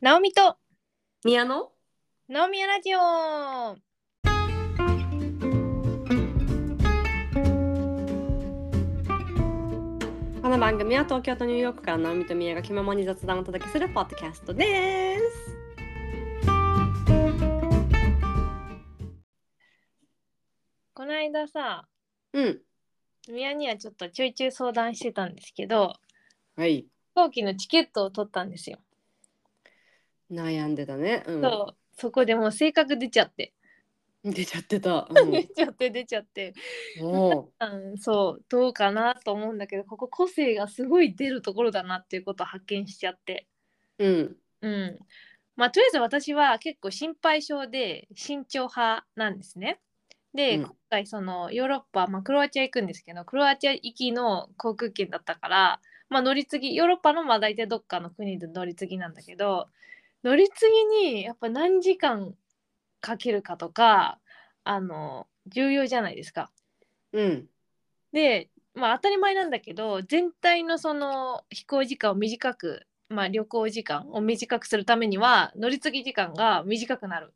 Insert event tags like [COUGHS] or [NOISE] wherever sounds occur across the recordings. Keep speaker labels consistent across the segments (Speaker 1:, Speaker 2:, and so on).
Speaker 1: ナオミと
Speaker 2: 宮野
Speaker 1: ナオミヤラジオ
Speaker 2: この番組は東京とニューヨークから直美と宮が気ままに雑談をお届けするポッドキャストです。
Speaker 1: この間さ
Speaker 2: うん。
Speaker 1: 宮にはちょっとちょいちょい相談してたんですけど
Speaker 2: はい。
Speaker 1: 飛行機のチケットを取ったんですよ、
Speaker 2: 悩んでたね。うん。
Speaker 1: そうそこでもう性格出ちゃって、
Speaker 2: 出ちゃっ
Speaker 1: [LAUGHS]
Speaker 2: てた。
Speaker 1: 出ちゃって出ちゃって、
Speaker 2: うん、も
Speaker 1: うん、そうどうかなと思うんだけどここ個性がすごい出るところだなっていうことを発見しちゃって
Speaker 2: う。うん。
Speaker 1: うんまあとりあえず私は結構心配性で慎重派なんですね。で、
Speaker 2: うん
Speaker 1: 今回そのヨーロッパ、まあ、クロアチア行くんですけどクロアチア行きの航空券だったから、まあ、乗り継ぎヨーロッパのまあ大体どっかの国で乗り継ぎなんだけど乗り継ぎにやっぱ何時間かけるかとかあの重要じゃないですか。
Speaker 2: うん。
Speaker 1: で、まあ、当たり前なんだけど全体のその飛行時間を短く、まあ、旅行時間を短くするためには乗り継ぎ時間が短くなる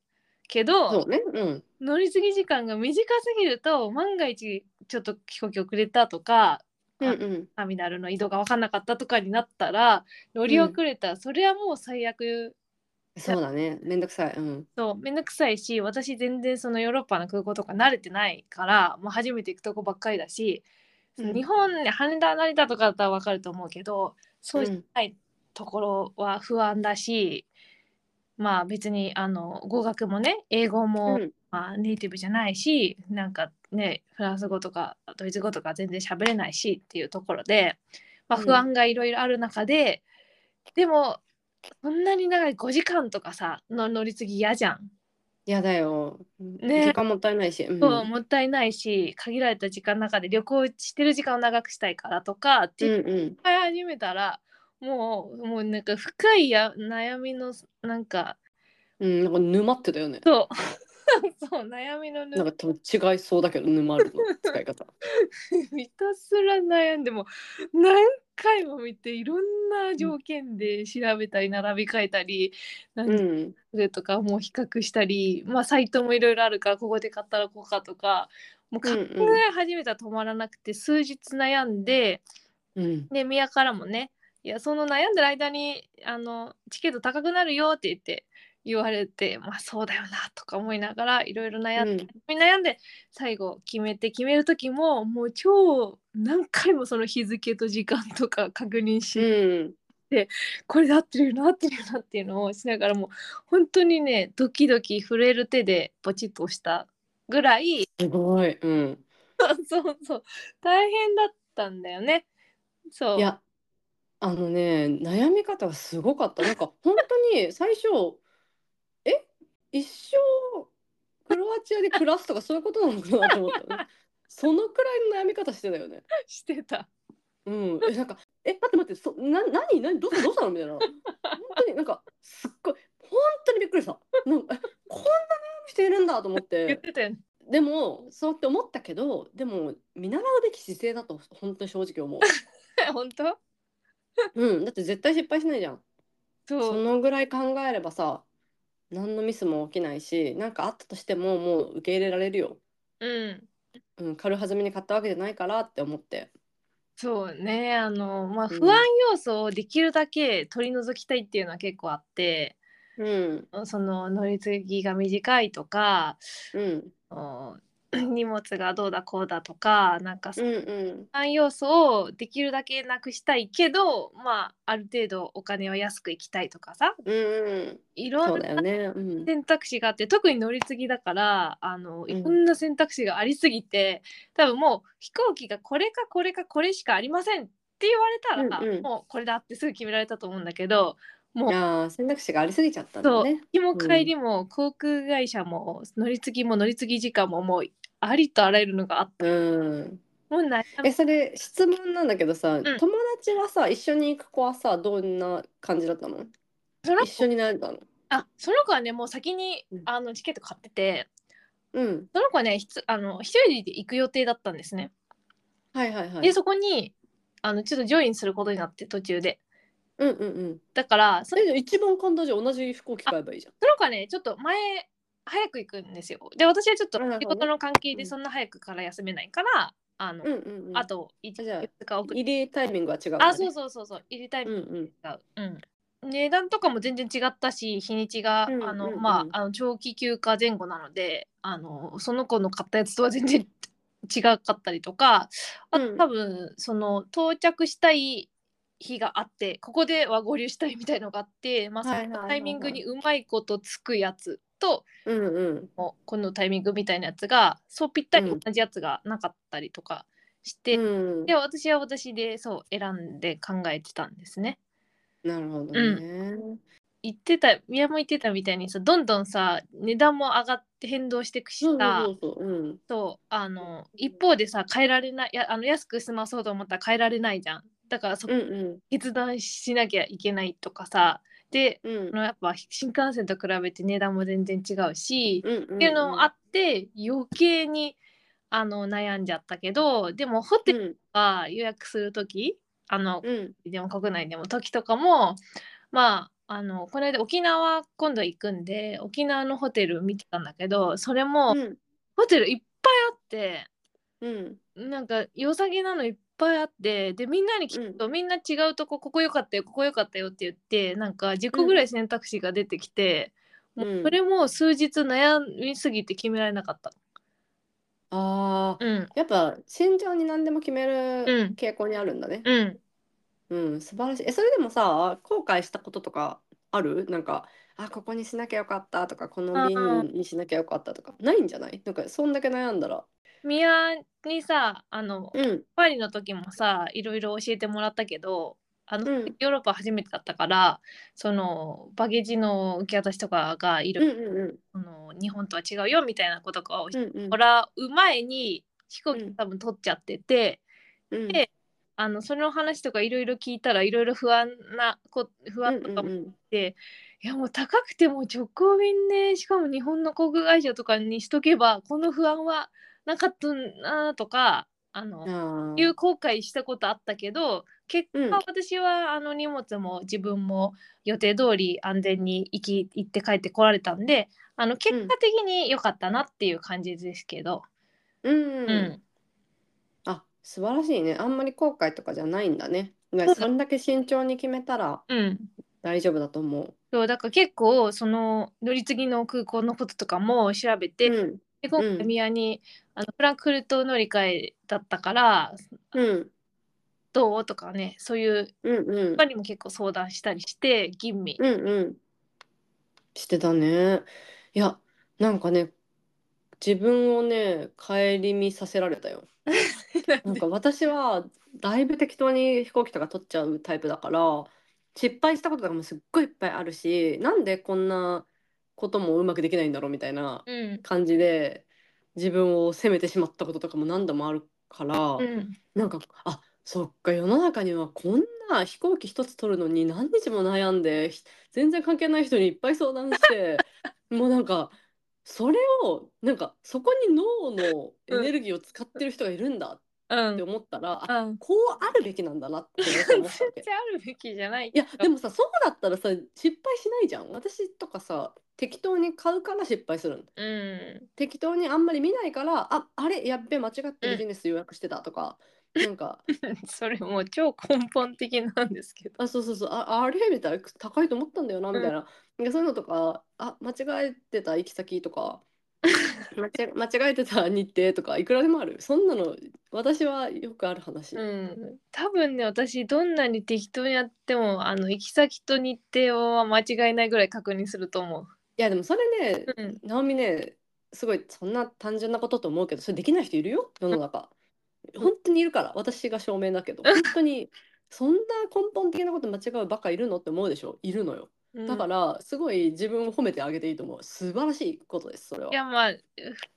Speaker 1: け
Speaker 2: そ
Speaker 1: ど
Speaker 2: うね。うん。
Speaker 1: 乗り継ぎ時間が短すぎると万が一ちょっと飛行機遅れたとか
Speaker 2: うんうん。
Speaker 1: ターミナルの移動が分かんなかったとかになったら乗り遅れたら、それはもう最悪
Speaker 2: そうだね。めんどくさい。うん。
Speaker 1: そうめんどくさいし私全然そのヨーロッパの空港とか慣れてないからもう初めて行くとこばっかりだし、その
Speaker 2: うん
Speaker 1: 日本で羽田成田とかだったらわかると思うけどそうじゃ
Speaker 2: うん
Speaker 1: ないところは不安だし、まあ別にあの語学もね英語も、
Speaker 2: うん
Speaker 1: まあ、ネイティブじゃないしなんかねフランス語とかドイツ語とか全然喋れないしっていうところで、まあ、
Speaker 2: うん
Speaker 1: 不安がいろいろある中で、でもそんなに長い5時間とかさの乗り継ぎ嫌じゃん。
Speaker 2: やだよ。
Speaker 1: ね
Speaker 2: 時間もったいないし。うん。
Speaker 1: そうもったいないし限られた時間の中で旅行してる時間を長くしたいからとかって
Speaker 2: う
Speaker 1: い
Speaker 2: ん
Speaker 1: っ
Speaker 2: うん。
Speaker 1: ぱい始めたら、もうもうなんか深いや悩みのなんか
Speaker 2: うん。なんか沼ってたよね。
Speaker 1: そう [LAUGHS] そう悩みの
Speaker 2: なん
Speaker 1: 沼
Speaker 2: か多分違いそうだけど
Speaker 1: [LAUGHS]
Speaker 2: 沼るの使い方。
Speaker 1: ひたすら悩んでも何回も見ていろんな条件で調べたり並び替えたり、
Speaker 2: う
Speaker 1: 何
Speaker 2: ん。
Speaker 1: それとかもう比較したり、まあ、サイトもいろいろあるからここで買ったらこうかとかもう考
Speaker 2: うんうん
Speaker 1: え始めたら止まらなくて、数日悩んで
Speaker 2: うん。
Speaker 1: で宮からもね「いやその悩んでる間にあのチケット高くなるよ」って言って言われてまあそうだよなとか思いながらいろいろ悩んで、悩んで最後決めて決める時ももう超何回もその日付と時間とか確認し、
Speaker 2: うん。
Speaker 1: これで合ってるよな合ってるよなっていうのをしながらもう本当にねドキドキ震える手でポチッと押したぐらい [LAUGHS]
Speaker 2: すごい。うん。
Speaker 1: そうそう大変だったんだよね。そう
Speaker 2: いやあのね悩み方がすごかったなんか本当に最初 [LAUGHS] え一生クロアチアで暮らすとかそういうことなのかなと思っ
Speaker 1: [LAUGHS]
Speaker 2: たのそのくらいの悩み方してたよね
Speaker 1: してた。
Speaker 2: うんえなんかえ待って待ってそな何何どうしたどうしたのみたいな本当になんかすっごい本当にびっくりしたなんかえこんな悩みしてるんだと思っ
Speaker 1: 言っててたよね。 [LAUGHS]
Speaker 2: でもそうやって思ったけどでも見習うべき姿勢だと本当に正直思う、
Speaker 1: 本当
Speaker 2: うん、だって絶対失敗しないじゃんそ
Speaker 1: そう
Speaker 2: のぐらい考えればさ何のミスも起きないし何かあったとしてももう受け入れられるよ、
Speaker 1: うん
Speaker 2: うん、軽はずみに買ったわけじゃないからって思って
Speaker 1: そうねあのまあ
Speaker 2: うん
Speaker 1: 不安要素をできるだけ取り除きたいっていうのは結構あって、
Speaker 2: うん
Speaker 1: その乗り継ぎが短いとか
Speaker 2: うん
Speaker 1: うん [COUGHS] 荷物がどうだこうだとかなんか
Speaker 2: うんうん
Speaker 1: 不安要素をできるだけなくしたいけどまあある程度お金は安くいきたいとかさ
Speaker 2: うんうん
Speaker 1: いろ
Speaker 2: そうんだ
Speaker 1: な
Speaker 2: よねうん
Speaker 1: 選択肢があって特に乗り継ぎだからあの
Speaker 2: ん
Speaker 1: いろんな選択肢がありすぎて、多分もう飛行機がこれかこれかこれしかありませんって言われたら、
Speaker 2: うんうん
Speaker 1: もうこれだってすぐ決められたと思うんだけど
Speaker 2: あー選択肢がありすぎちゃったんだね
Speaker 1: 行きも帰りも航空会社も乗り継ぎも乗り継ぎ時間ももうありとあらゆるのがあって
Speaker 2: うん
Speaker 1: もう悩
Speaker 2: え
Speaker 1: み
Speaker 2: それ質問なんだけどさ、友達はさ一緒に行く子はさどんな感じだったの
Speaker 1: その
Speaker 2: 一緒になれたの
Speaker 1: あその子はねもう先に
Speaker 2: うん
Speaker 1: あのチケット買ってて
Speaker 2: うん
Speaker 1: その子はねひつあの一人で行く予定だったんですね。
Speaker 2: はいはいはい
Speaker 1: でそこにあのちょっとジョインすることになって途中で。
Speaker 2: うんうんうん。
Speaker 1: だからそ
Speaker 2: えじゃあ一番簡単じゃん同じ服を着替えばいいじゃん。
Speaker 1: その子はねちょっと前早く行くんですよで私はちょっと
Speaker 2: あなるほどね
Speaker 1: 仕事の関係
Speaker 2: う
Speaker 1: で
Speaker 2: ん
Speaker 1: そんな早くから休めないからあの、
Speaker 2: うんうんうん。
Speaker 1: あと1
Speaker 2: じゃあ
Speaker 1: 月か送っ
Speaker 2: 入れタイミングは違う、ね。
Speaker 1: あそうそうそうそう入れたい
Speaker 2: うんうん。
Speaker 1: うん、値段とかも全然違ったし日にちが、
Speaker 2: うん
Speaker 1: あ
Speaker 2: うんう
Speaker 1: の
Speaker 2: ん
Speaker 1: まああの長期休暇前後なのであのその子の買ったやつとは全然違かったりとかあ
Speaker 2: うん
Speaker 1: 多分その到着したい日があってここでは合流したいみたいのがあって、まあ、そ
Speaker 2: はいはいはい
Speaker 1: のタイミングにうまいことつくやつと
Speaker 2: うんうん。
Speaker 1: もうこのタイミングみたいなやつがそうぴったり
Speaker 2: うん
Speaker 1: 同じやつがなかったりとかして、
Speaker 2: うん
Speaker 1: で私は私でそう選んで考えてたんですね。
Speaker 2: なるほどね。
Speaker 1: 言ってた宮も言ってたみたいにさどんどんさ値段も上がって変動してくし
Speaker 2: そう
Speaker 1: さ
Speaker 2: そうそうそう。うん。
Speaker 1: とあの一方でさ変えられないやあの安く済まそうと思ったら変えられないじゃんだからそこ
Speaker 2: うんうん
Speaker 1: 決断しなきゃいけないとかさで
Speaker 2: うん。
Speaker 1: あのやっぱ新幹線と比べて値段も全然違うし、
Speaker 2: うんうん。
Speaker 1: っていうのもあって余計にあの悩んじゃったけどでもホテ
Speaker 2: う
Speaker 1: ル
Speaker 2: ん
Speaker 1: が予約する時あの
Speaker 2: うん
Speaker 1: でも国内でも時とかもまああのこの間沖縄今度行くんで沖縄のホテル見てたんだけどそれも
Speaker 2: うん
Speaker 1: ホテルいっぱいあって
Speaker 2: うん
Speaker 1: なんか良さげなのいっぱいあってでみんなに聞くと、みんな違うとこここ良かったよここ良かったよって言ってなんか10個ぐらい選択肢が出てきて、
Speaker 2: うん
Speaker 1: もうそれも数日悩みすぎて決められなかった。
Speaker 2: あ
Speaker 1: う
Speaker 2: あ
Speaker 1: ん、
Speaker 2: やっぱ慎重に何でも決め
Speaker 1: う
Speaker 2: る
Speaker 1: ん
Speaker 2: 傾向にあるんだね。
Speaker 1: うん
Speaker 2: うん、素晴らしい。え、それでもさ、後悔したこととかあるなんか、あ、ここにしなきゃよかったとか、この
Speaker 1: あ
Speaker 2: 便にしなきゃよかったとか、ないんじゃないなんか、そんだけ悩んだら。
Speaker 1: 宮にさあの
Speaker 2: うん、
Speaker 1: パリの時もさいろいろ教えてもらったけどあの、
Speaker 2: うん
Speaker 1: ヨーロッパ初めてだったからそのバゲージの受け渡しとかがい
Speaker 2: うん、
Speaker 1: る、
Speaker 2: うん、うん、
Speaker 1: その日本とは違うよみたいなことを
Speaker 2: うん、うん
Speaker 1: も、らう前に飛行
Speaker 2: う
Speaker 1: 機
Speaker 2: ん
Speaker 1: 多分取っちゃってて、
Speaker 2: うん、
Speaker 1: であのそれの話とかいろいろ聞いたらいろいろ不安なこ不
Speaker 2: う
Speaker 1: 安
Speaker 2: ん、
Speaker 1: と
Speaker 2: う
Speaker 1: か
Speaker 2: ん、
Speaker 1: も
Speaker 2: う
Speaker 1: い
Speaker 2: ん。
Speaker 1: やもう高くても直行便ねしかも日本の航空会社とかにしとけばこの不安はなかったなとかあの、
Speaker 2: あ
Speaker 1: いう
Speaker 2: ー
Speaker 1: 後悔したことあったけど結果、
Speaker 2: うん
Speaker 1: 私はあの荷物も自分も予定通り安全に行き行って帰ってこられたんであの結果的に良かったなっていう感じですけど、
Speaker 2: うん、
Speaker 1: うん
Speaker 2: あ、素晴らしいね。あんまり後悔とかじゃないんだね。
Speaker 1: そ
Speaker 2: ね
Speaker 1: うだ
Speaker 2: そんだけ慎重に決めたら
Speaker 1: うん
Speaker 2: 大丈夫だと思う。
Speaker 1: そうだから結構その乗り継ぎの空港のこととかも調べて、
Speaker 2: うん、
Speaker 1: で今
Speaker 2: う
Speaker 1: 回
Speaker 2: ん
Speaker 1: 宮にあのフランクフルト乗り換えだったから
Speaker 2: うん、
Speaker 1: どうとかねそういう
Speaker 2: うん、うん
Speaker 1: 他。にも結構相談したりして吟味。
Speaker 2: うんうん。してたね。いや、なんかね、自分をね、顧みさせられたよ。なんか私は、だいぶ適当に飛行機とか取っちゃうタイプだから、失敗したこととかもすっごいいっぱいあるし、なんでこんなこともうまくできないんだろうみたいな
Speaker 1: うん
Speaker 2: 感じで、自分を責めてしまったこととかも何度もあるから、
Speaker 1: うん
Speaker 2: なんか、あ、そっか、世の中にはこんな飛行機一つ取るのに何日も悩んで、ひ全然関係ない人にいっぱい相談
Speaker 1: [LAUGHS]
Speaker 2: して、もうなんか、それを、なんか、そこに脳のエネルギーを使ってる人がいるんだ
Speaker 1: うん
Speaker 2: って思ったら、あ、
Speaker 1: うん
Speaker 2: こうあるべきなんだなって私は
Speaker 1: 全
Speaker 2: 思った
Speaker 1: 然
Speaker 2: わ
Speaker 1: [LAUGHS]
Speaker 2: け。
Speaker 1: あるべきじゃない
Speaker 2: いや、でもさ、そうだったらさ、失敗しないじゃん。私とかさ、適当に買うから失敗するんだ。
Speaker 1: うん
Speaker 2: 適当にあんまり見ないから、あ、あれ、やっべ、間違ってビジネス予約してたとか、なんか、
Speaker 1: それもう超根本的なんですけど。
Speaker 2: あ、そうそうそう、あ、あれみたいな、高いと思ったんだよな、みたいな。いやそういうのとか、あ、間違えてた行き先と [LAUGHS] か、間違、間違えてた日程とか、いくらでもある。そんなの、私はよくある話。
Speaker 1: うん、多分ね私どんなに適当にやってもあの行き先と日程は間違いないぐらい確認すると思う。
Speaker 2: いや、でもそれね、
Speaker 1: うん、
Speaker 2: 直美ね、すごい、そんな単純なことと思うけど、それできない人いるよ、世の中。本当にいるから、私が証明だけど、本当に、そんな根本的なこと間違うバカいるのって思うでしょいるのよ。だか
Speaker 1: うん
Speaker 2: ら、すごい自分を褒めてあげていいと思う。素晴らしいことです、それは。
Speaker 1: いやまあ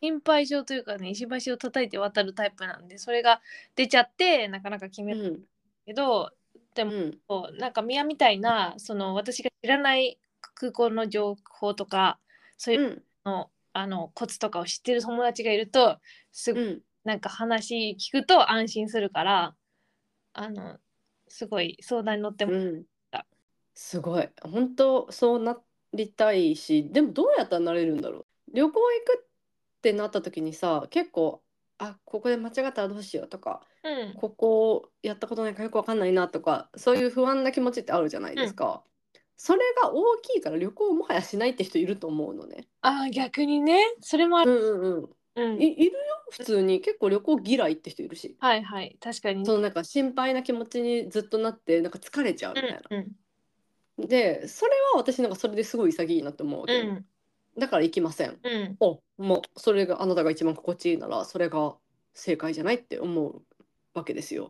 Speaker 1: 心配性というかね石橋を叩いて渡るタイプなんでそれが出ちゃってなかなか決め
Speaker 2: う
Speaker 1: る
Speaker 2: ん。
Speaker 1: けど、
Speaker 2: うん、
Speaker 1: こうなんか宮みたいなその私が知らない空港の情報とかそういう
Speaker 2: うん、
Speaker 1: の,、あのコツとかを知ってる友達がいるとすごい
Speaker 2: うん、
Speaker 1: なんか話聞くと安心するからあのすごい相談に乗っても
Speaker 2: うん。
Speaker 1: た
Speaker 2: すごい。本当そうなりたいし、でもどうやったらなれるんだろう。旅行行くってなった時にさ、結構、あ、ここで間違ったらどうしようとか、
Speaker 1: うん
Speaker 2: ここやったことないからよくわかんないなとか、そういう不安な気持ちってあるじゃないですか。それが大きいから旅行をもはやしないって人いると思うのね。
Speaker 1: あー逆にねそれもあ
Speaker 2: う
Speaker 1: る、
Speaker 2: んうん
Speaker 1: う
Speaker 2: うん。
Speaker 1: ん、
Speaker 2: い、いるよ、普通に。結構旅行嫌いって人いるし。
Speaker 1: はいはい確かに
Speaker 2: そのなんか心配な気持ちにずっとなって、なんか疲れちゃうみたいな。
Speaker 1: うんうん
Speaker 2: でそれは私なんかそれですごい潔いなと思うわけよ、
Speaker 1: うん
Speaker 2: だから行きません
Speaker 1: うん
Speaker 2: おもうそれがあなたが一番心地いいならそれが正解じゃないって思うわけですよ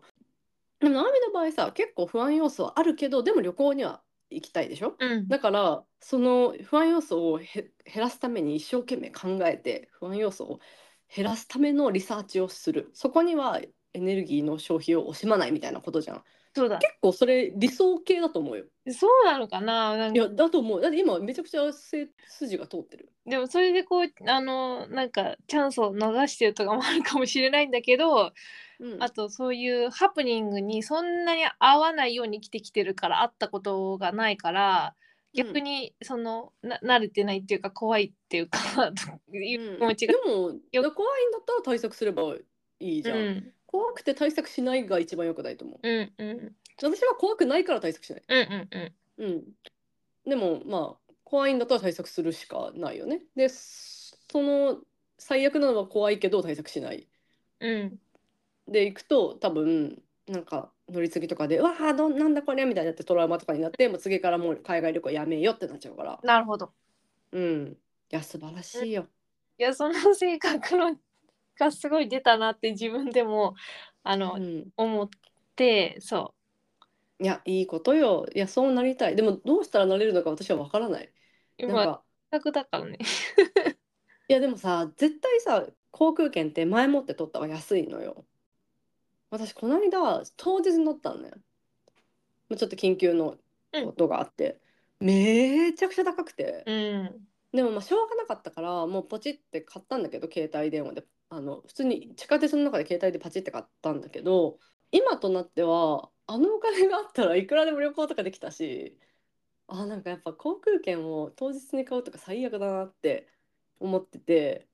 Speaker 2: でもナオミの場合さ結構不安要素はあるけどでも旅行には行きたいでしょ
Speaker 1: うん
Speaker 2: だからその不安要素をへ減らすために一生懸命考えて不安要素を減らすためのリサーチをするそこにはエネルギーの消費を惜しまないみたいなことじゃん
Speaker 1: そうだ
Speaker 2: 結構それ理想系だと思うよ
Speaker 1: そうなのかななん
Speaker 2: い
Speaker 1: か
Speaker 2: やだと思うだって今めちゃくちゃせ筋が通ってる
Speaker 1: でもそれでこうあのなんかチャンスを逃してるとかもあるかもしれないんだけど、
Speaker 2: うん
Speaker 1: あとそういうハプニングにそんなに合わないように生きてきてるから会ったことがないから逆にその、な慣れてないっていうか怖いっていうか [LAUGHS] いう気持ちが、
Speaker 2: うんでも怖いんだったら対策すればいいじ
Speaker 1: う
Speaker 2: ゃん、
Speaker 1: ん、
Speaker 2: 怖くて対策しないが一番良くないと思う
Speaker 1: うんうんうん
Speaker 2: 私は怖くないから対策しない
Speaker 1: うんうん
Speaker 2: うんでもまあ怖いんだったら対策するしかないよねでその最悪なのは怖いけど対策しない
Speaker 1: うん
Speaker 2: で行くと多分なんか乗り継ぎとかで「うわあどんなんだこれ」みたいになってトラウマとかになってもう次からもう海外旅行やめようってなっちゃうから
Speaker 1: なるほど
Speaker 2: うんいや素晴らしいよ
Speaker 1: いやその性格のがすごい出たなって自分でもあの、
Speaker 2: うん
Speaker 1: 思ってそ
Speaker 2: いや、いいことよ。いや、そうなりたい。でも、どうしたらなれるのか私はわからない。
Speaker 1: う
Speaker 2: なん
Speaker 1: 今
Speaker 2: か、
Speaker 1: 性格だからね
Speaker 2: いや、でもさ、絶対さ、航空券って前もって取った方が安いのよ。私、この間、当日に乗ったのね。まあちょっと緊急の
Speaker 1: うん
Speaker 2: ことがあって、めちゃくちゃ高くて。
Speaker 1: うん
Speaker 2: でも、まあ、しょうがなかったから、もうポチって買ったんだけど、携帯電話で。あの、普通に地下鉄の中で携帯でパチって買ったんだけど、今となっては、あのお金があったらいくらでも旅行とかできたし、あ、なんかやっぱ航空券を当日に買うとか最悪だなって思ってて、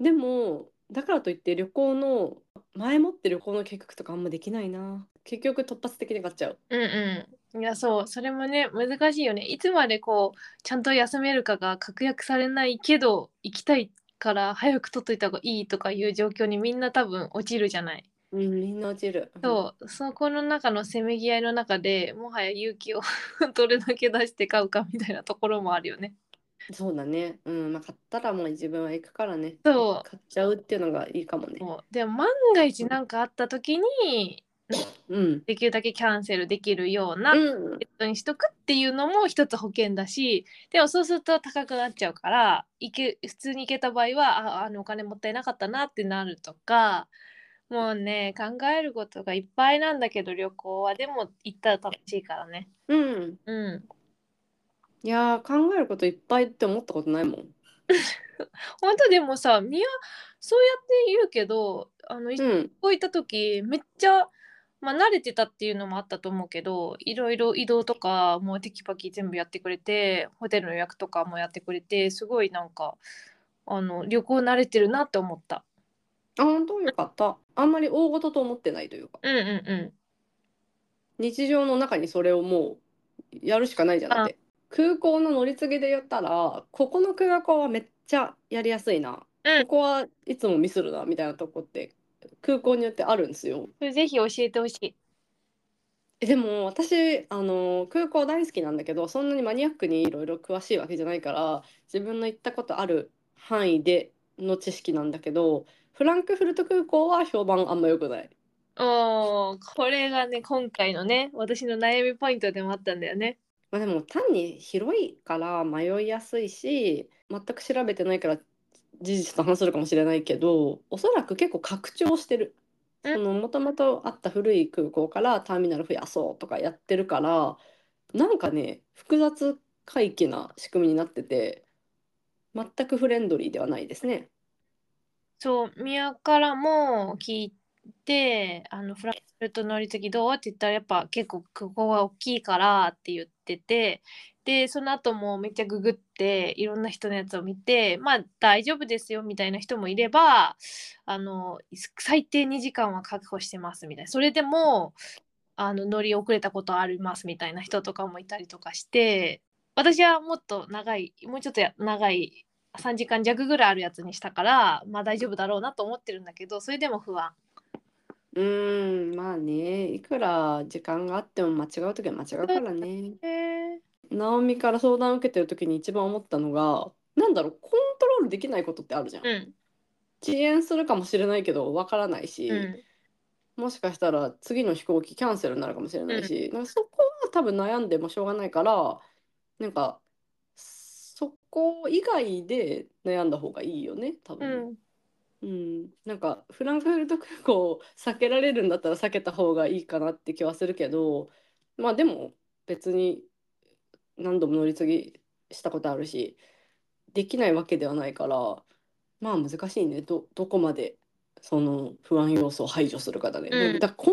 Speaker 2: でも、だからといって旅行の、前もって旅行の計画とかあんまできないな。結局突発的に買っちゃう。
Speaker 1: うんうんいやそうそれもね難しいよねいつまでこうちゃんと休めるかが確約されないけど行きたいから早く取っといた方がいいとかいう状況にみんな多分落ちるじゃない。
Speaker 2: うん、みんな落ちる。
Speaker 1: そうそこの中のせめぎ合いの中でもはや勇気をどれだけ出して買うかみたいなところもあるよね。
Speaker 2: うんそうだね。うん、まあ、買ったらもう自分は行くからね。
Speaker 1: そう
Speaker 2: 買っちゃうっていうのがいいかもね。
Speaker 1: もうでも万が一何かあった時に
Speaker 2: うん。
Speaker 1: できるだけキャンセルできるような
Speaker 2: うん
Speaker 1: ペットにしとくっていうのも一つ保険だしでもそうすると高くなっちゃうから行け普通に行けた場合はああのお金もったいなかったなってなるとかもうね考えることがいっぱいなんだけど旅行はでも行ったら楽しいからね
Speaker 2: うん。
Speaker 1: うん
Speaker 2: いやー、考えることいっぱいって思ったことないもん。
Speaker 1: 本当でもさみやそうやって言うけどあの一緒
Speaker 2: う
Speaker 1: に
Speaker 2: ん。
Speaker 1: 行った時めっちゃまあ慣れてたっていうのもあったと思うけどいろいろ移動とかもうテキパキ全部やってくれてホテルの予約とかもやってくれてすごいなんかあの旅行慣れてるなって思った
Speaker 2: あ、本当よかった。あんまり大事と思ってないというか、
Speaker 1: うんうんう
Speaker 2: 日常の中にそれをもうやるしかないじゃなくて。空港の乗り継ぎで言ったら、ここの空港はめっちゃやりやすいな。
Speaker 1: うん
Speaker 2: ここはいつもミスるな、みたいなとこって空港によってあるんですよ。
Speaker 1: それぜひ教えてほしい
Speaker 2: えでも私あの空港大好きなんだけどそんなにマニアックにいろいろ詳しいわけじゃないから自分の行ったことある範囲での知識なんだけどフランクフルト空港は評判あんま良くない。
Speaker 1: おーこれがね今回のね私の悩みポイントでもあったんだよね
Speaker 2: まあ、でも単に広いから迷いやすいし全く調べてないから事実と話せるかもしれないけどおそらく結構拡張して
Speaker 1: う
Speaker 2: る。
Speaker 1: ん
Speaker 2: そのもともとあった古い空港からターミナル増やそうとかやってるからなんかね複雑回帰な仕組みになってて全くフレンドリーではないですね。
Speaker 1: そう宮からも聞いであのフランクフルト乗り継ぎどうって言ったらやっぱ結構ここは大きいからって言っててでその後もめっちゃググっていろんな人のやつを見てまあ大丈夫ですよみたいな人もいればあの最低2時間は確保してますみたいなそれでもあの乗り遅れたことありますみたいな人とかもいたりとかして私はもっと長いもうちょっとや長い3時間弱ぐらいあるやつにしたからまあ大丈夫だろうなと思ってるんだけどそれでも不安。
Speaker 2: うーん、まあね、いくら時間があっても間違うときは間違うからね。
Speaker 1: え
Speaker 2: ナオミから相談を受けてるときに一番思ったのが、なんだろう、コントロールできないことってあるじゃん。
Speaker 1: うん
Speaker 2: 遅延するかもしれないけど、わからないし、
Speaker 1: うん
Speaker 2: もしかしたら次の飛行機キャンセルになるかもしれないし、なんかそこは多分悩んでもしょうがないから、なんか、そこ以外で悩んだ方がいいよね、多
Speaker 1: う
Speaker 2: 分。
Speaker 1: ん
Speaker 2: うん、なんかフランクフルト空港を避けられるんだったら避けた方がいいかなって気はするけどまあでも別に何度も乗り継ぎしたことあるしできないわけではないからまあ難しいねど、どこまでその不安要素を排除するかだね、
Speaker 1: うん
Speaker 2: だから根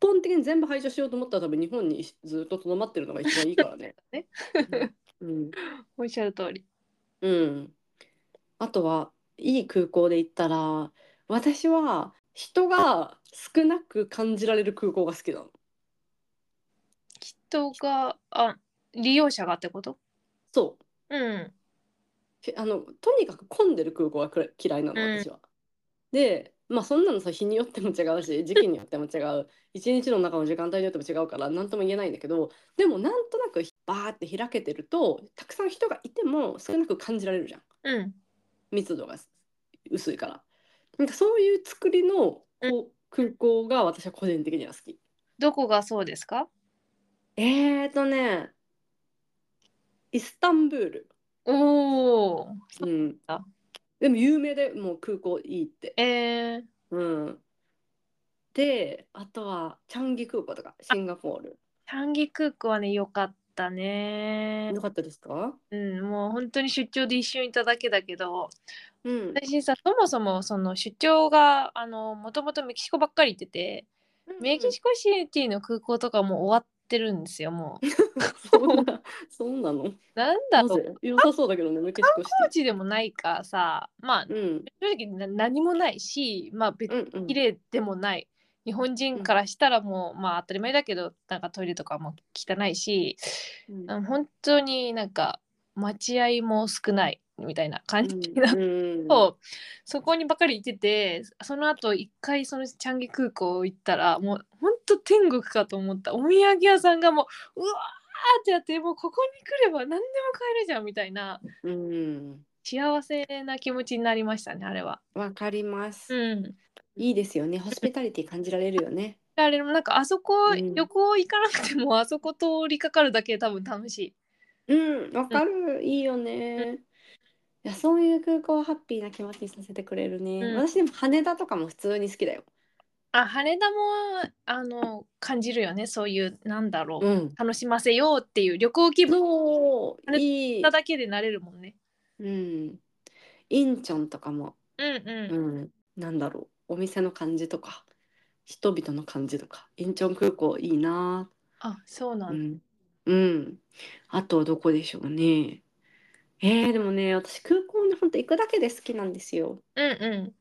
Speaker 2: 本的に全部排除しようと思ったら多分日本にずっととどまってるのが一番いいか
Speaker 1: [LAUGHS]
Speaker 2: らね。
Speaker 1: ね
Speaker 2: うん
Speaker 1: おっしゃる通り。
Speaker 2: うん。あとはいい空港で行ったら私は人が少なく感じられる空港が好きなの。
Speaker 1: 人があ利用者がってこと
Speaker 2: そう
Speaker 1: うん
Speaker 2: けあのとにかく混んでる空港がくら嫌いなの
Speaker 1: うん
Speaker 2: 私は。でまあそんなのさ日によっても違うし時期によっても違う一日の中の時間帯によっても違うから何とも言えないんだけどでもなんとなくバーって開けてるとたくさん人がいても少なく感じられるじゃん。
Speaker 1: うん
Speaker 2: 密度が薄いからなんかそういう作りのこう空港が私は個人的には好き
Speaker 1: どこがそうですか
Speaker 2: えーとねイスタンブール、
Speaker 1: おお
Speaker 2: うん
Speaker 1: あ、
Speaker 2: でも有名でもう空港いいって、
Speaker 1: えー、
Speaker 2: うん、であとはチャンギ空港とかシンガポール
Speaker 1: チャンギ空港はね良かったね
Speaker 2: よかったですか
Speaker 1: うんもう本当に出張で一瞬いただけだけど
Speaker 2: うん
Speaker 1: 私さそもそもその出張があのもともとメキシコばっかり行っててメキシコシティの空港とかもう終わってるんですよもう
Speaker 2: そんなそんなの
Speaker 1: なんだ
Speaker 2: な
Speaker 1: ろう
Speaker 2: ぜ良さそうだけどねメキシコシ
Speaker 1: 高知でもないからさまあ
Speaker 2: ティうん
Speaker 1: 正直な何もないしまあ別
Speaker 2: うんうん
Speaker 1: 綺麗でもない日本人からしたらもう、まあ当たり前だけどなんかトイレとかも汚いし、
Speaker 2: うん
Speaker 1: あの本当になんか待合も少ないみたいな感じな、
Speaker 2: うん
Speaker 1: とそこにばかり行っててその後一回そのチャンギ空港行ったらもう本当天国かと思ったお土産屋さんがもううわーってやってもうここに来れば何でも買えるじゃんみたいな
Speaker 2: うん
Speaker 1: 幸せな気持ちになりましたねあれは。
Speaker 2: わかります。
Speaker 1: うん
Speaker 2: いいですよね。ホスピタリティ感じられるよね。
Speaker 1: あれもなんかあそこ、
Speaker 2: うん
Speaker 1: 旅行行かなくてもあそこ通りかかるだけで多分楽しい。
Speaker 2: [LAUGHS] うん、わかる。いいよね。いや、そういう空港をハッピーな気持ちにさせてくれるね。
Speaker 1: うん
Speaker 2: 私でも羽田とかも普通に好きだよ。
Speaker 1: あ羽田もあの感じるよねそういうなんだろう、
Speaker 2: うん。
Speaker 1: 楽しませようっていう旅行気分
Speaker 2: そう、
Speaker 1: 羽田
Speaker 2: いい。
Speaker 1: だけでなれるもんね。
Speaker 2: うん。インチョンとかも、
Speaker 1: うん
Speaker 2: う、
Speaker 1: うん
Speaker 2: なんだろう。お店の感じとか、人々の感じとか、インチョン空港いいな。
Speaker 1: あそうな
Speaker 2: うん
Speaker 1: だ。
Speaker 2: ん、うん、あとはどこでしょうね。えー、でもね、私空港に本当行くだけで好きなんですよ。
Speaker 1: うんう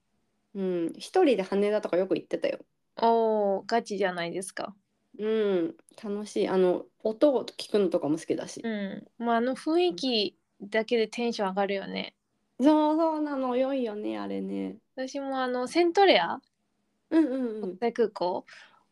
Speaker 2: うん、一人で羽田とかよく行ってたよ。
Speaker 1: ん。おおガチじゃないですか。
Speaker 2: うん、楽しい。あの、音を聞くのとかも好きだし
Speaker 1: う。ん。まああの雰囲気だけでテンション上がるよね。
Speaker 2: そうそうなの、良いよね、あれね。
Speaker 1: 私もあのセントレア
Speaker 2: うんうんう
Speaker 1: 国
Speaker 2: ん。
Speaker 1: 際空港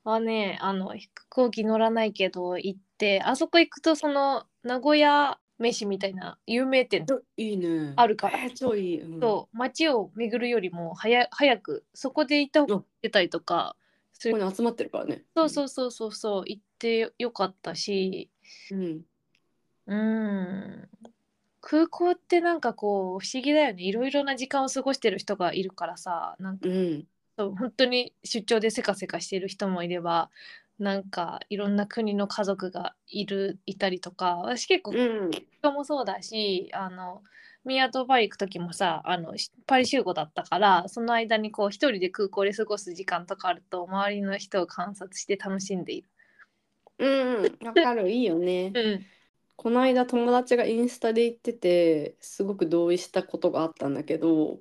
Speaker 1: はねあの飛行機乗らないけど行ってあそこ行くとその名古屋飯みたいな有名店
Speaker 2: どいいね。
Speaker 1: あるから
Speaker 2: えー、超いい。うん、
Speaker 1: と街を巡るよりも早早くそこで行った方が
Speaker 2: うん
Speaker 1: 出たりとかす
Speaker 2: こ
Speaker 1: る
Speaker 2: こに集まってるからね。
Speaker 1: そうそうそうそうそう行ってよかったし
Speaker 2: うん。
Speaker 1: うん空港ってなんかこう不思議だよねいろいろな時間を過ごしてる人がいるからさなんか
Speaker 2: うん。
Speaker 1: そう本当に出張でせかせかしてる人もいればなんかいろんな国の家族がいるいたりとか私結構
Speaker 2: うん
Speaker 1: 人もそうだしあのミアとパリ行く時もさあのしパリ集合だったからその間にこう一人で空港で過ごす時間とかあると周りの人を観察して楽しんでいる。
Speaker 2: うんうんわかるいいよね
Speaker 1: うん、
Speaker 2: この間友達がインスタで言っててすごく同意したことがあったんだけど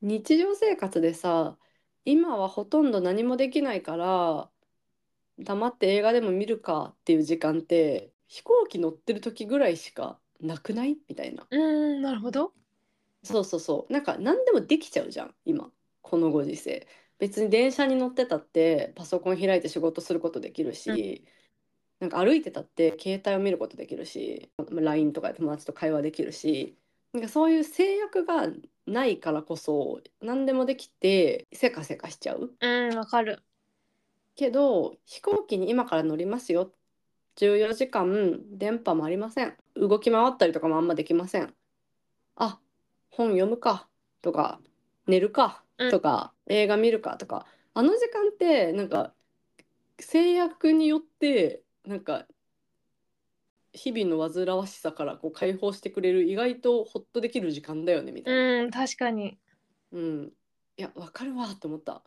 Speaker 2: 日常生活でさ今はほとんど何もできないから黙って映画でも見るかっていう時間って飛行機乗ってる時ぐらいしかなくないみたいな
Speaker 1: うん、なるほど。
Speaker 2: そうそうそうなんか何でもできちゃうじゃん今このご時世別に電車に乗ってたってパソコン開いて仕事することできるし、なんか歩いてたって携帯を見ることできるしまあ LINE とかで友達と会話できるしなんかそういう制約がないからこそ何でもできてせかせかしちゃう
Speaker 1: うん、わかる。
Speaker 2: けど飛行機に今から乗りますよ14時間電波もありません動き回ったりとかもあんまできませんあ本読むかとか寝るか
Speaker 1: うん
Speaker 2: とか、映画見るかとかあの時間ってなんか制約によってなんか日々の煩わしさからこう解放してくれる意外とホッとできる時間だよねみたいな。
Speaker 1: うん、確かに。
Speaker 2: うん、いやわかるわと思った。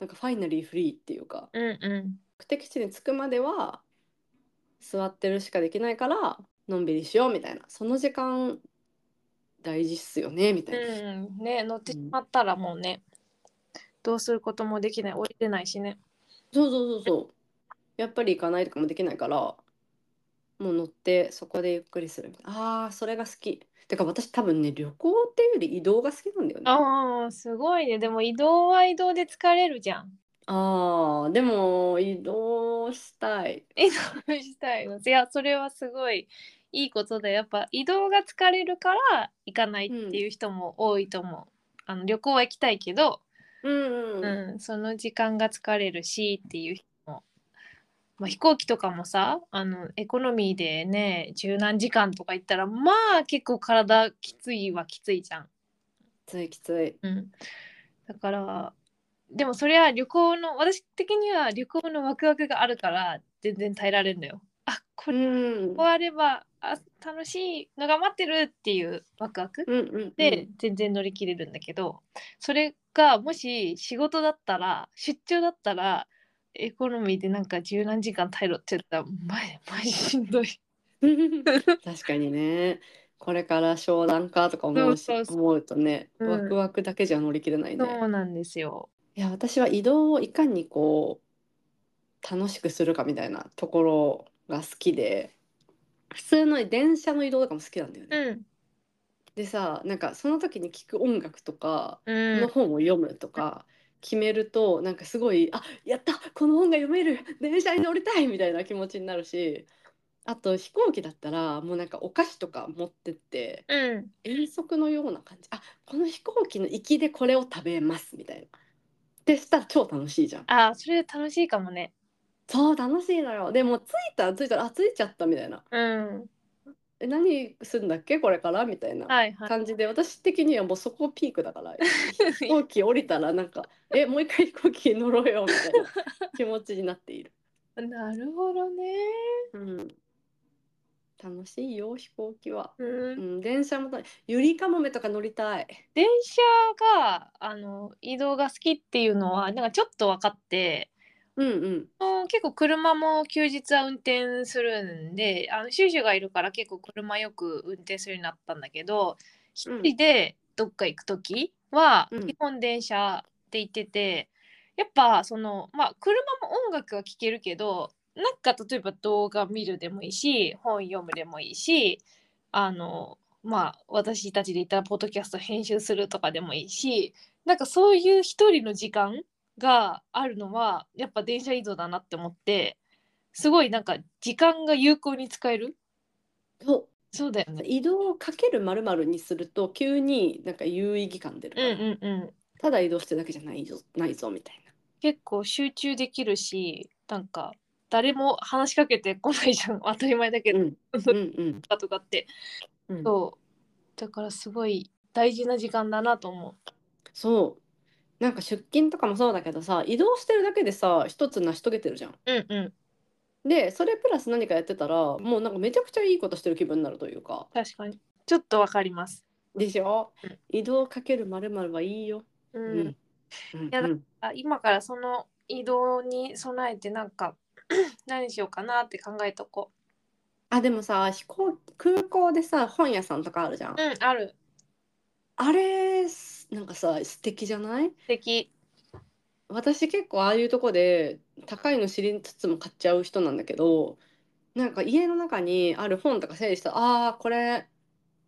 Speaker 2: なんかファイナリーフリーっていうか。
Speaker 1: うんう
Speaker 2: 目的地に着くまでは座ってるしかできないからのんびりしようみたいなその時間大事っすよねみた
Speaker 1: ん。
Speaker 2: いな、
Speaker 1: うん、ね、乗ってしまったらもうね、どうすることもできない、降りてないしね。
Speaker 2: そうそうそうそうやっぱり行かないとかもできないからもう乗ってそこでゆっくりするみたいなあーそれが好きてか私多分ね旅行っていうより移動が好きなんだよね
Speaker 1: ああ、すごいね。でも移動は移動で疲れるじゃん。 [LAUGHS]
Speaker 2: あーでも移動したい
Speaker 1: 移動したいの。いや、それはすごいいいことで、やっぱ移動が疲れるから行かないっていう人も多いと思う。あの旅行は行きたいけど、
Speaker 2: うんうん
Speaker 1: うん、その時間が疲れるしっていう人も、まあ、飛行機とかもさあのエコノミーでね十何時間とか行ったらまあ結構体きついはきついじゃん。
Speaker 2: きついきつい
Speaker 1: うん、だからでもそれは旅行の私的には旅行のワクワクがあるから全然耐えられるのよ。あこ
Speaker 2: う
Speaker 1: れ
Speaker 2: ん
Speaker 1: 終わればあ楽しいのが待ってるっていうワクワク
Speaker 2: うんうんうん
Speaker 1: で全然乗り切れるんだけど、それがもし仕事だったら出張だったらエコノミーでなんか十何時間耐えろって言ったらマジマジしんどい。 [LAUGHS]
Speaker 2: 確かにねこれから商談かとか思うし
Speaker 1: そうそうそう
Speaker 2: 思うとね
Speaker 1: うん
Speaker 2: ワクワクだけじゃ乗り切れないね、
Speaker 1: そうなんですよ。
Speaker 2: いや私は移動をいかにこう楽しくするかみたいなところが好きで普通の電車の移動とかも好きなんだよ
Speaker 1: う
Speaker 2: ね、
Speaker 1: ん。
Speaker 2: でさなんかその時に聴く音楽とかこ
Speaker 1: う
Speaker 2: の
Speaker 1: ん。
Speaker 2: 本を読むとか決めるとなんかすごい「あやったこの本が読める電車に乗りたい!」みたいな気持ちになるしあと飛行機だったらもうなんかお菓子とか持ってって
Speaker 1: うん。
Speaker 2: 遠足のような感じ「あこの飛行機の行きでこれを食べます」みたいな。でしたら超楽しいじゃん。
Speaker 1: あそれ楽しいかもね。
Speaker 2: そう楽しいのよ。でも着いたら着いたらあ着いちゃったみたいな。
Speaker 1: うん。
Speaker 2: え何するんだっけこれからみたいな。
Speaker 1: はいはい。
Speaker 2: 感じで私的にはもうそこピークだから [LAUGHS] 飛行機降りたらなん [LAUGHS] か「えもう一回飛行機乗ろうよ」みたいな [LAUGHS] 気持ちになっている。
Speaker 1: なるほどね。
Speaker 2: うん、楽しいよ飛行機は。
Speaker 1: う。
Speaker 2: うんん、電車もたゆりかもめとか乗りたい。
Speaker 1: 電車があの移動が好きっていうのはなんかちょっと分かって。
Speaker 2: うんうん。
Speaker 1: もう結構車も休日は運転するんであのシュシュがいるから結構車よく運転するようになったんだけど一
Speaker 2: うん
Speaker 1: 人でどっか行く時は
Speaker 2: うん
Speaker 1: 基本電車って言ってて、やっぱそのまあ車も音楽は聴けるけどなんか例えば動画見るでもいいし本読むでもいいしあのまあ私たちで言ったらポッドキャスト編集するとかでもいいしなんかそういう一人の時間があるのはやっぱ電車移動だなって思ってすごいなんか時間が有効に使える
Speaker 2: そ
Speaker 1: そうだよ
Speaker 2: う
Speaker 1: ね
Speaker 2: 移動をかけるまるまるにすると急になんか有意義感出る
Speaker 1: う
Speaker 2: か
Speaker 1: ん
Speaker 2: ら、
Speaker 1: うんうん
Speaker 2: ただ移動してるだけじゃないぞないぞみたいな。
Speaker 1: 結構集中できるしなんか誰も話しかけてこないじゃん [LAUGHS] 当たり前だけ
Speaker 2: う
Speaker 1: ど、
Speaker 2: んうん
Speaker 1: だとかって
Speaker 2: うんうん、
Speaker 1: そうだからすごい大事な時間だなと思
Speaker 2: そうなんか出勤とかもそうだけどさ移動してるだけでさ一つ成し遂げてるじゃん。
Speaker 1: うんうん
Speaker 2: でそれプラス何かやってたらもうなんかめちゃくちゃいいことしてる気分になるというか。
Speaker 1: 確かにちょっとわかります
Speaker 2: でしょ
Speaker 1: うん
Speaker 2: 移動かけるまるまるはいいよ。
Speaker 1: うん、
Speaker 2: うんうん
Speaker 1: やだ
Speaker 2: うん
Speaker 1: あ今からその移動に備えてなんか [CLEARS THROAT] 何しようかなって考えとこ
Speaker 2: あでもさ飛行空港でさ本屋さんとかあるじゃん
Speaker 1: う。うんある
Speaker 2: あれすなんかさ素敵じゃない
Speaker 1: 素敵
Speaker 2: 私結構ああいうとこで高いの知りつつも買っちゃう人なんだけどなんか家の中にある本とか整理したらああーこれ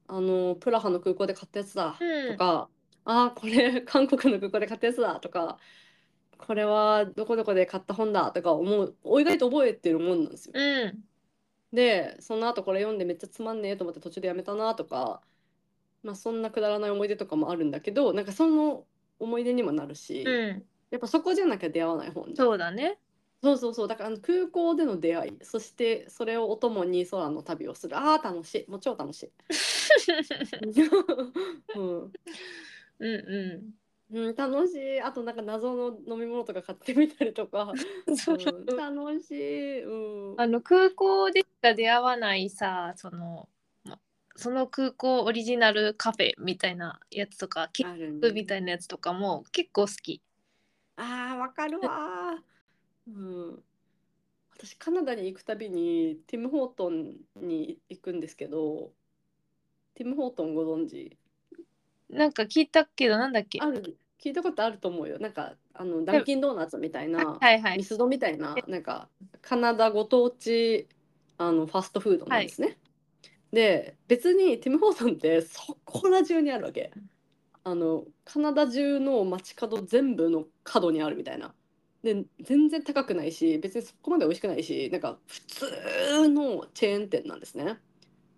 Speaker 2: あのプラハの空港で買ったやつだ
Speaker 1: うん
Speaker 2: とか、ああこれ [LAUGHS] 韓国の空港で買ったやつだとかこれはどこどこで買った本だとか思うお意外と覚えてるもんなんですよ。
Speaker 1: うん
Speaker 2: でその後これ読んでめっちゃつまんねえと思って途中でやめたなとか、まあ、そんなくだらない思い出とかもあるんだけどなんかその思い出にもなるし、
Speaker 1: うん
Speaker 2: やっぱそこじゃなきゃ出会わない本
Speaker 1: そうだね
Speaker 2: そうそうそうだからあの空港での出会いそしてそれをお供に空の旅をするあー楽しいもう超
Speaker 1: [LAUGHS]
Speaker 2: 楽しい、うん
Speaker 1: うんう
Speaker 2: うん、楽しいあとなんか謎の飲み物とか買ってみた
Speaker 1: [LAUGHS]
Speaker 2: りとか、
Speaker 1: ん
Speaker 2: う、
Speaker 1: そうん
Speaker 2: 楽しい、うん、
Speaker 1: あの空港でしか出会わないさそのまその空港オリジナルカフェみたいなやつとかキッ
Speaker 2: あるね
Speaker 1: クみたいなやつとかも結構好き
Speaker 2: あーわかるわー。うん。私カナダに行くたびにティム・ホートンに行くんですけど、ティム・ホートンご存知
Speaker 1: なんか聞いたけどなんだっけ
Speaker 2: ある聞いたことあると思うよ。なんかあのダンキンドーナツみたいな、
Speaker 1: はいはい
Speaker 2: ミスドみたいな、なんかカナダご当地あのファストフードなんですね。で別にティム・ホートンってそこら中にあるわけ。あのカナダ中の街角全部の角にあるみたいな。で全然高くないし別にそこまで美味しくないしなんか普通のチェーン店なんですね。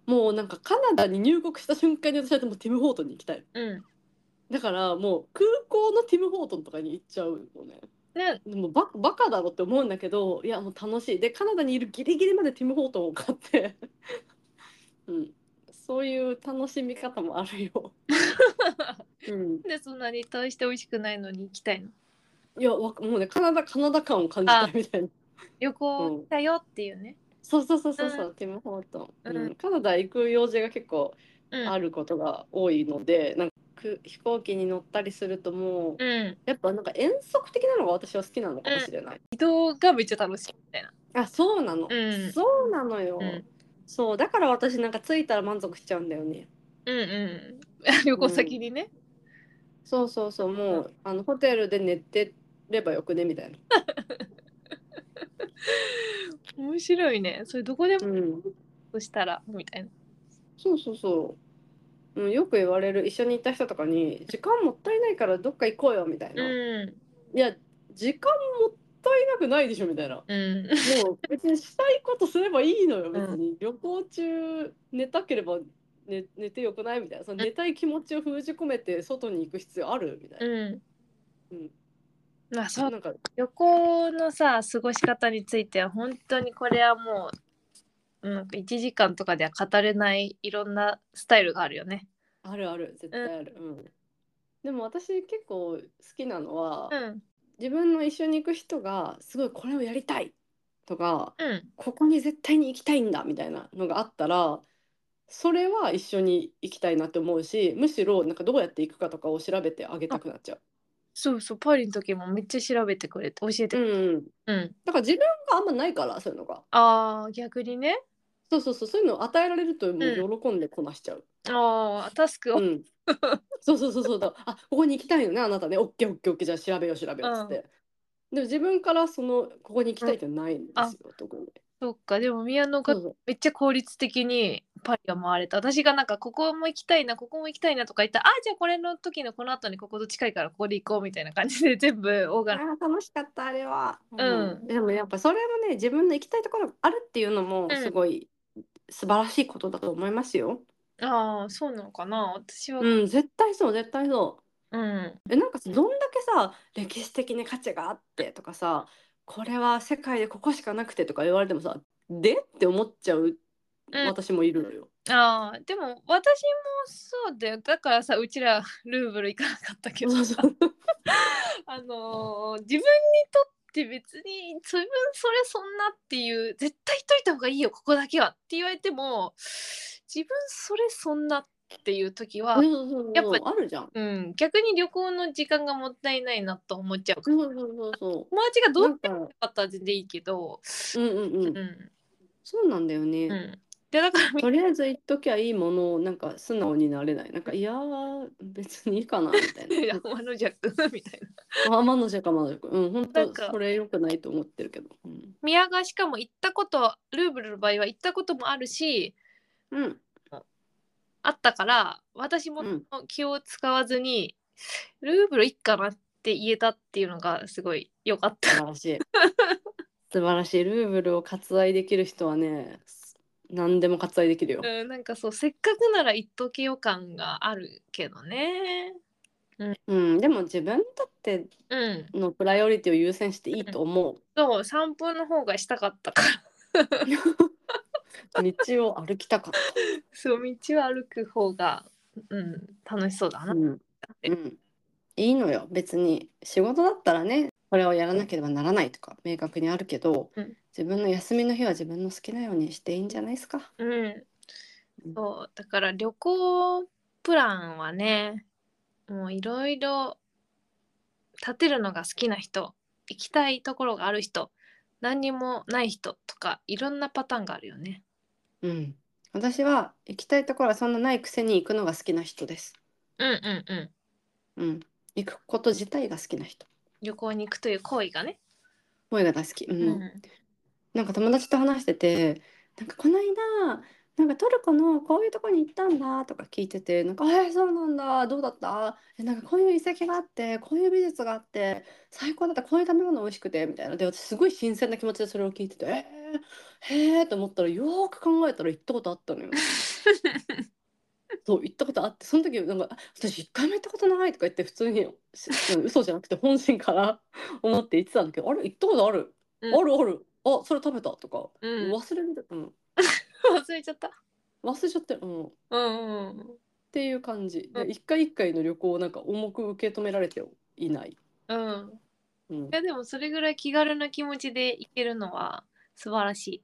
Speaker 2: もうなんかカナダに入国した瞬間に私はもうティム・ホートンに行きたい。
Speaker 1: うん
Speaker 2: だからもう空港のティム・ホートンとかに行っちゃうのね。
Speaker 1: ね
Speaker 2: でもババカだろって思うんだけどいやもう楽しいでカナダにいるギリギリまでティム・ホートンを買って、 [LAUGHS] うん、そういう楽しみ方もある
Speaker 1: [LAUGHS]
Speaker 2: よ、うん、
Speaker 1: なんでそんなに大して美味しくないのに行きたいの
Speaker 2: いやわもうねカナダカナダ感を感じたいみたいな
Speaker 1: 旅行だよっていうね、
Speaker 2: そうそうそうそうそう、ティム・ホートン、うんカナダ行く用事が結構
Speaker 1: うん、
Speaker 2: あることが多いので、なんかく飛行機に乗ったりするとも
Speaker 1: う
Speaker 2: う、
Speaker 1: ん
Speaker 2: やっぱなんか遠足的なのが私は好きなのかもしれない。
Speaker 1: 移動がめっちゃ楽しいみたいな
Speaker 2: あ、そうなの。
Speaker 1: うん
Speaker 2: そうなのよ。
Speaker 1: うん
Speaker 2: そう、だから私なんか着いたら満足しちゃうんだよね。
Speaker 1: うんうん [LAUGHS] 旅行先にね、
Speaker 2: そうそうそう、もう、あのホテルで寝てればよくねみたいな。
Speaker 1: 面白いねそれどこでも
Speaker 2: うん。
Speaker 1: そしたらみたいな
Speaker 2: そうそうそう。うん、よく言われる一緒に行った人とかに時間もったいないからどっか行こうよみたいな、い
Speaker 1: うん
Speaker 2: や時間もったいなくないでしょ
Speaker 1: [LAUGHS]
Speaker 2: みたいなも
Speaker 1: うん
Speaker 2: う別にしたいことすればいいのよ別に、旅行中寝たければ寝寝てよくないみたいなその寝たい気持ちを封じ込めて外に行く必要あるみたいな、
Speaker 1: うん
Speaker 2: うん
Speaker 1: まあそう
Speaker 2: なんか
Speaker 1: 旅行のさ過ごし方については本当にこれはもう、うん、1時間とかでは語れないいろんなスタイルがあるよね。
Speaker 2: あるある絶対ある、うんでも私結構好きなのは、
Speaker 1: うん
Speaker 2: 自分の一緒に行く人がすごいこれをやりたいとか
Speaker 1: うん
Speaker 2: ここに絶対に行きたいんだみたいなのがあったらそれは一緒に行きたいなって思うしむしろなんかどうやって行くかとかを調べてあげたくなっちゃう。
Speaker 1: そうそうパリの時もめっちゃ調べてくれて教えて
Speaker 2: う
Speaker 1: くれ
Speaker 2: んうん、
Speaker 1: うん、
Speaker 2: だから自分があんまないからそういうのが
Speaker 1: あー逆にね
Speaker 2: そうそうそうそういうのを与えられるともう喜んでこなしちゃう。
Speaker 1: あータスクを、
Speaker 2: うん [LAUGHS] そうそうそうそうだあここに行きたいよねあなたねオッケーオッケーオッケーじゃあ調べよう調べようっつって、でも自分からそのここに行きたいってないんですよ、特に
Speaker 1: そっかでも宮野
Speaker 2: そ
Speaker 1: が
Speaker 2: うそう
Speaker 1: めっちゃ効率的にパリが回れた私がなんかここも行きたいなここも行きたいなとか言ったらあーじゃあこれの時のこの後にここと近いからここで行こうみたいな感じで全部オー
Speaker 2: あ
Speaker 1: ガナ
Speaker 2: ー楽しかったあれは、
Speaker 1: うん
Speaker 2: でもやっぱそれもね自分の行きたいところがあるっていうのも
Speaker 1: うん
Speaker 2: すごい素晴らしいことだと思いますよ、
Speaker 1: ああそうなのかな私は、
Speaker 2: うん、絶対そう絶対そう
Speaker 1: うん、
Speaker 2: えなんかさどんだけさ歴史的に価値があってとかさこれは世界でここしかなくてとか言われてもさでって思っちゃう
Speaker 1: うん
Speaker 2: 私もいるのよ。
Speaker 1: ああでも私もそうだよだからさうちらルーブル行かなかったけど
Speaker 2: そう
Speaker 1: さ
Speaker 2: そう
Speaker 1: [LAUGHS] あのー自分にとって別に自分それそんなっていう絶対といた方がいいよここだけはって言われても自分それそんなっていう時は、
Speaker 2: そうそうそう
Speaker 1: やっ
Speaker 2: あるじゃん。
Speaker 1: うん、逆に旅行の時間がもったいないなと思っちゃう
Speaker 2: そ
Speaker 1: から
Speaker 2: うそうそうそ
Speaker 1: 友達が
Speaker 2: う。
Speaker 1: ど
Speaker 2: な
Speaker 1: うん
Speaker 2: か、
Speaker 1: だったでいいけど、
Speaker 2: うんうんう、
Speaker 1: うんん
Speaker 2: そうなんだよね。
Speaker 1: うん、でだから [LAUGHS]
Speaker 2: とりあえず言っときゃいいものをなんか素直になれないなんかいやー別にいいかなみたいな
Speaker 1: 山のジャックみたいな。
Speaker 2: あ天のじゃかまだうん本
Speaker 1: なん
Speaker 2: 当
Speaker 1: か
Speaker 2: それ良くないと思ってるけどうん、
Speaker 1: 宮がしかも行ったことルーブルの場合は行ったこともあるし
Speaker 2: うん、
Speaker 1: あったから私も
Speaker 2: うん
Speaker 1: 気を使わずに、ルーブルいっかなって言えたっていうのがすごい良かっ
Speaker 2: 素
Speaker 1: た。
Speaker 2: 晴らしい素晴らしいルーブルを割愛できる人はね何でも割愛できるよ、
Speaker 1: うん、なんかそうせっかくなら行っとけよ感があるけどね。
Speaker 2: うん、でも自分にとって
Speaker 1: うん、
Speaker 2: のプライオリティを優先していいと思う
Speaker 1: そう散歩の方がしたかったから
Speaker 2: 道を歩きたかっ
Speaker 1: そう道を歩く方が、うん、楽しそうだ
Speaker 2: た、
Speaker 1: な
Speaker 2: う
Speaker 1: っ
Speaker 2: ん
Speaker 1: て。
Speaker 2: うん、いいのよ別に仕事だったらねこれをやらなければならないとか明確にあるけど、
Speaker 1: うん
Speaker 2: 自分の休みの日は自分の好きなようにしていいんじゃないですか。
Speaker 1: うん
Speaker 2: うん、
Speaker 1: そうだから旅行プランはねもういろいろ立てるのが好きな人行きたいところがある人何にもない人とかいろんなパターンがあるよね。
Speaker 2: うん、私は行きたいところはそんなないくせに行くのが好きな人です。
Speaker 1: うんうんうん
Speaker 2: うん、行くこと自体が好きな人。
Speaker 1: 旅行に行くという行為がね。
Speaker 2: 声が大好き。う、
Speaker 1: うん
Speaker 2: なんか友達と話してて、なんかこの間。なんかトルコのこういうとこに行ったんだとか聞いててなんか「えーそうなんだどうだったえなんかこういう遺跡があってこういう美術があって最高だったこういう食べ物美味しくて」みたいなで私すごい新鮮な気持ちでそれを聞いてて「えー、へえ」と思ったらよーく考えたら行ったことあったのよ。そう行ったことあってその時なんかあ「私一回も行ったことない」とか言って普通にしうん嘘じゃなくて本心から思って言ってたんだけど「あれ行ったことある、
Speaker 1: うん
Speaker 2: あるあるあそれ食べた」とか、
Speaker 1: うん
Speaker 2: 忘れてた、うん、
Speaker 1: [LAUGHS] 忘れちゃった。
Speaker 2: 忘れちゃって、うん、っ
Speaker 1: うんうん
Speaker 2: ていう感じ
Speaker 1: う
Speaker 2: で
Speaker 1: ん
Speaker 2: 一回一回の旅行をなんか重く受け止められていない。
Speaker 1: うん。
Speaker 2: うん
Speaker 1: いやでもそれぐらい気軽な気持ちで行けるのは素晴らし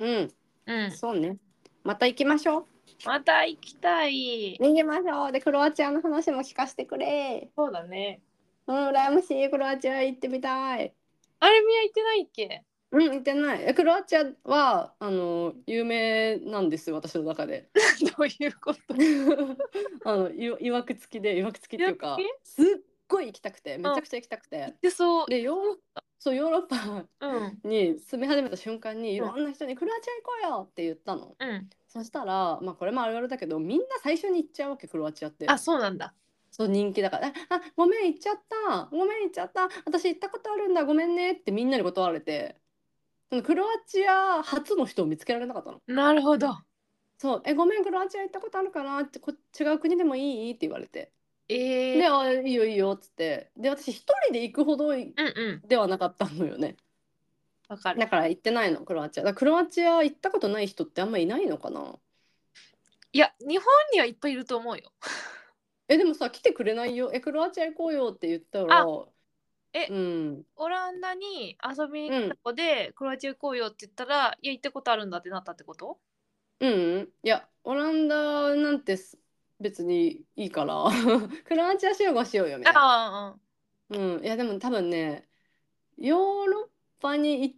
Speaker 2: うん、
Speaker 1: い。うん。
Speaker 2: そうねまた行きましょう
Speaker 1: また行きたい。
Speaker 2: 逃げましょうでクロアチアの話も聞かせてくれ
Speaker 1: そうだね。
Speaker 2: うん羨ましいクロアチア行ってみたい
Speaker 1: あれ宮行ってないっけ？
Speaker 2: うん行ってないえクロアチアはあの有名なんですよ私の中
Speaker 1: [LAUGHS]
Speaker 2: で
Speaker 1: どういうこと？
Speaker 2: あのいわいわくつきでいわくつきっていうか
Speaker 1: いわ
Speaker 2: すっごい行きたくてめちゃくちゃ行きたくて、
Speaker 1: でそう。
Speaker 2: でヨーロッパそうヨーロッパ
Speaker 1: うん
Speaker 2: に住み始めた瞬間にい
Speaker 1: うん
Speaker 2: ろんな人に「クロアチア行こうよ!」って言ったの、
Speaker 1: うん。
Speaker 2: そしたらまあこれもあるあるだけどみんな最初に行っちゃうわけクロアチアって
Speaker 1: あそうなんだ。
Speaker 2: そう人気だから「ああごめん行っちゃったごめん行っちゃった私行ったことあるんだごめんね」ってみんなに断られてそのクロアチア初の人を見つけられなかったの。
Speaker 1: なるほど。
Speaker 2: そう「えごめんクロアチア行ったことあるかな?」ってこ違う国でもいい?」って言われて「
Speaker 1: ええ
Speaker 2: であいいよいいよ」っつってで私一人で行くほどい
Speaker 1: うんうん。
Speaker 2: ではなかったのよね
Speaker 1: わかる
Speaker 2: だ。から行ってないのクロアチアだからクロアチア行ったことない人ってあんまいないのかない
Speaker 1: や日本にはいっぱいいると思うよ。
Speaker 2: えでもさ来てくれないよえクロアチア行こうよって言ったら
Speaker 1: え
Speaker 2: うん
Speaker 1: オランダに遊びに来た子で、クロアチア行こうよって言ったらいや行ったことあるんだってなったってこと？
Speaker 2: うんうんいやオランダなんてす別にいいから [LAUGHS] クロアチア集合しようよみたいな
Speaker 1: ああ
Speaker 2: うん、いやでも多分ねヨーロッパにい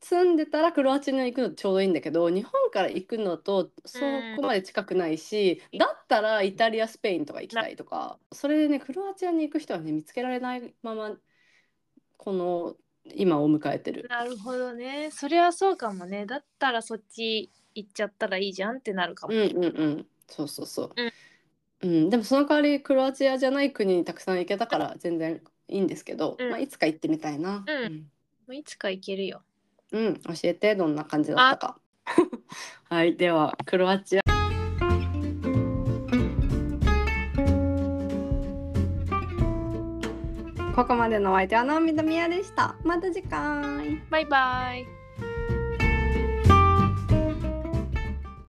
Speaker 2: 住んでたらクロアチアに行くのちょうどいいんだけど日本から行くのだとそこまで近くないし、
Speaker 1: うん
Speaker 2: だったらイタリアスペインとか行きたいとかそれでねクロアチアに行く人はね見つけられないままこの今を迎えて
Speaker 1: うん。
Speaker 2: る。
Speaker 1: なるほどね。そりゃそうかもね。だったらそっち行っちゃったらいいじゃんってなるかも。
Speaker 2: うんうんうんそうそうそう
Speaker 1: うん。
Speaker 2: うん、でもその代わりクロアチアじゃない国にたくさん行けたから全然いいんですけど、
Speaker 1: うん
Speaker 2: まあ、いつか行ってみたい
Speaker 1: う
Speaker 2: な。
Speaker 1: ん
Speaker 2: うん
Speaker 1: もういつか行けるよ。
Speaker 2: うん、教えてどんな感じだったか。 [LAUGHS] はい、ではクロアチア。ここまでのお相手はナオミとミヤでした。また次回。
Speaker 1: バイバイ。